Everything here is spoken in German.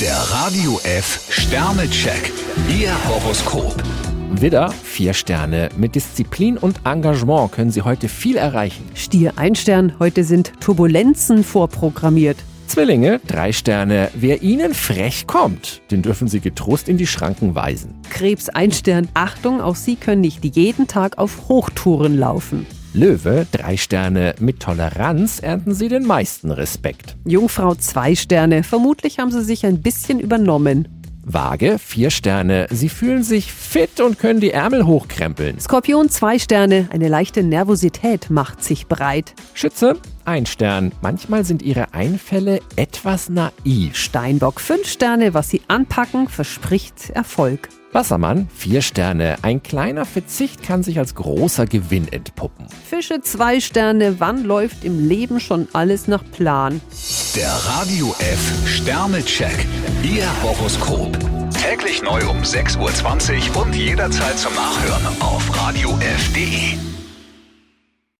Der Radio F Sternecheck. Ihr Horoskop. Widder, vier Sterne. Mit Disziplin und Engagement können Sie heute viel erreichen. Stier ein Stern, heute sind Turbulenzen vorprogrammiert. Zwillinge, drei Sterne. Wer Ihnen frech kommt, den dürfen Sie getrost in die Schranken weisen. Krebs ein Stern, Achtung, auch Sie können nicht jeden Tag auf Hochtouren laufen. Löwe, drei Sterne. Mit Toleranz ernten Sie den meisten Respekt. Jungfrau zwei Sterne, vermutlich haben Sie sich ein bisschen übernommen. Waage, vier Sterne. Sie fühlen sich fit und können die Ärmel hochkrempeln. Skorpion zwei Sterne, eine leichte Nervosität macht sich breit. Schütze, ein Stern. Manchmal sind Ihre Einfälle etwas naiv. Steinbock fünf Sterne, was Sie anpacken, verspricht Erfolg. Wassermann, vier Sterne. Ein kleiner Verzicht kann sich als großer Gewinn entpuppen. Fische zwei Sterne, wann läuft im Leben schon alles nach Plan? Der Radio F Sternecheck. Ihr Horoskop. Täglich neu um 6.20 Uhr und jederzeit zum Nachhören auf Radio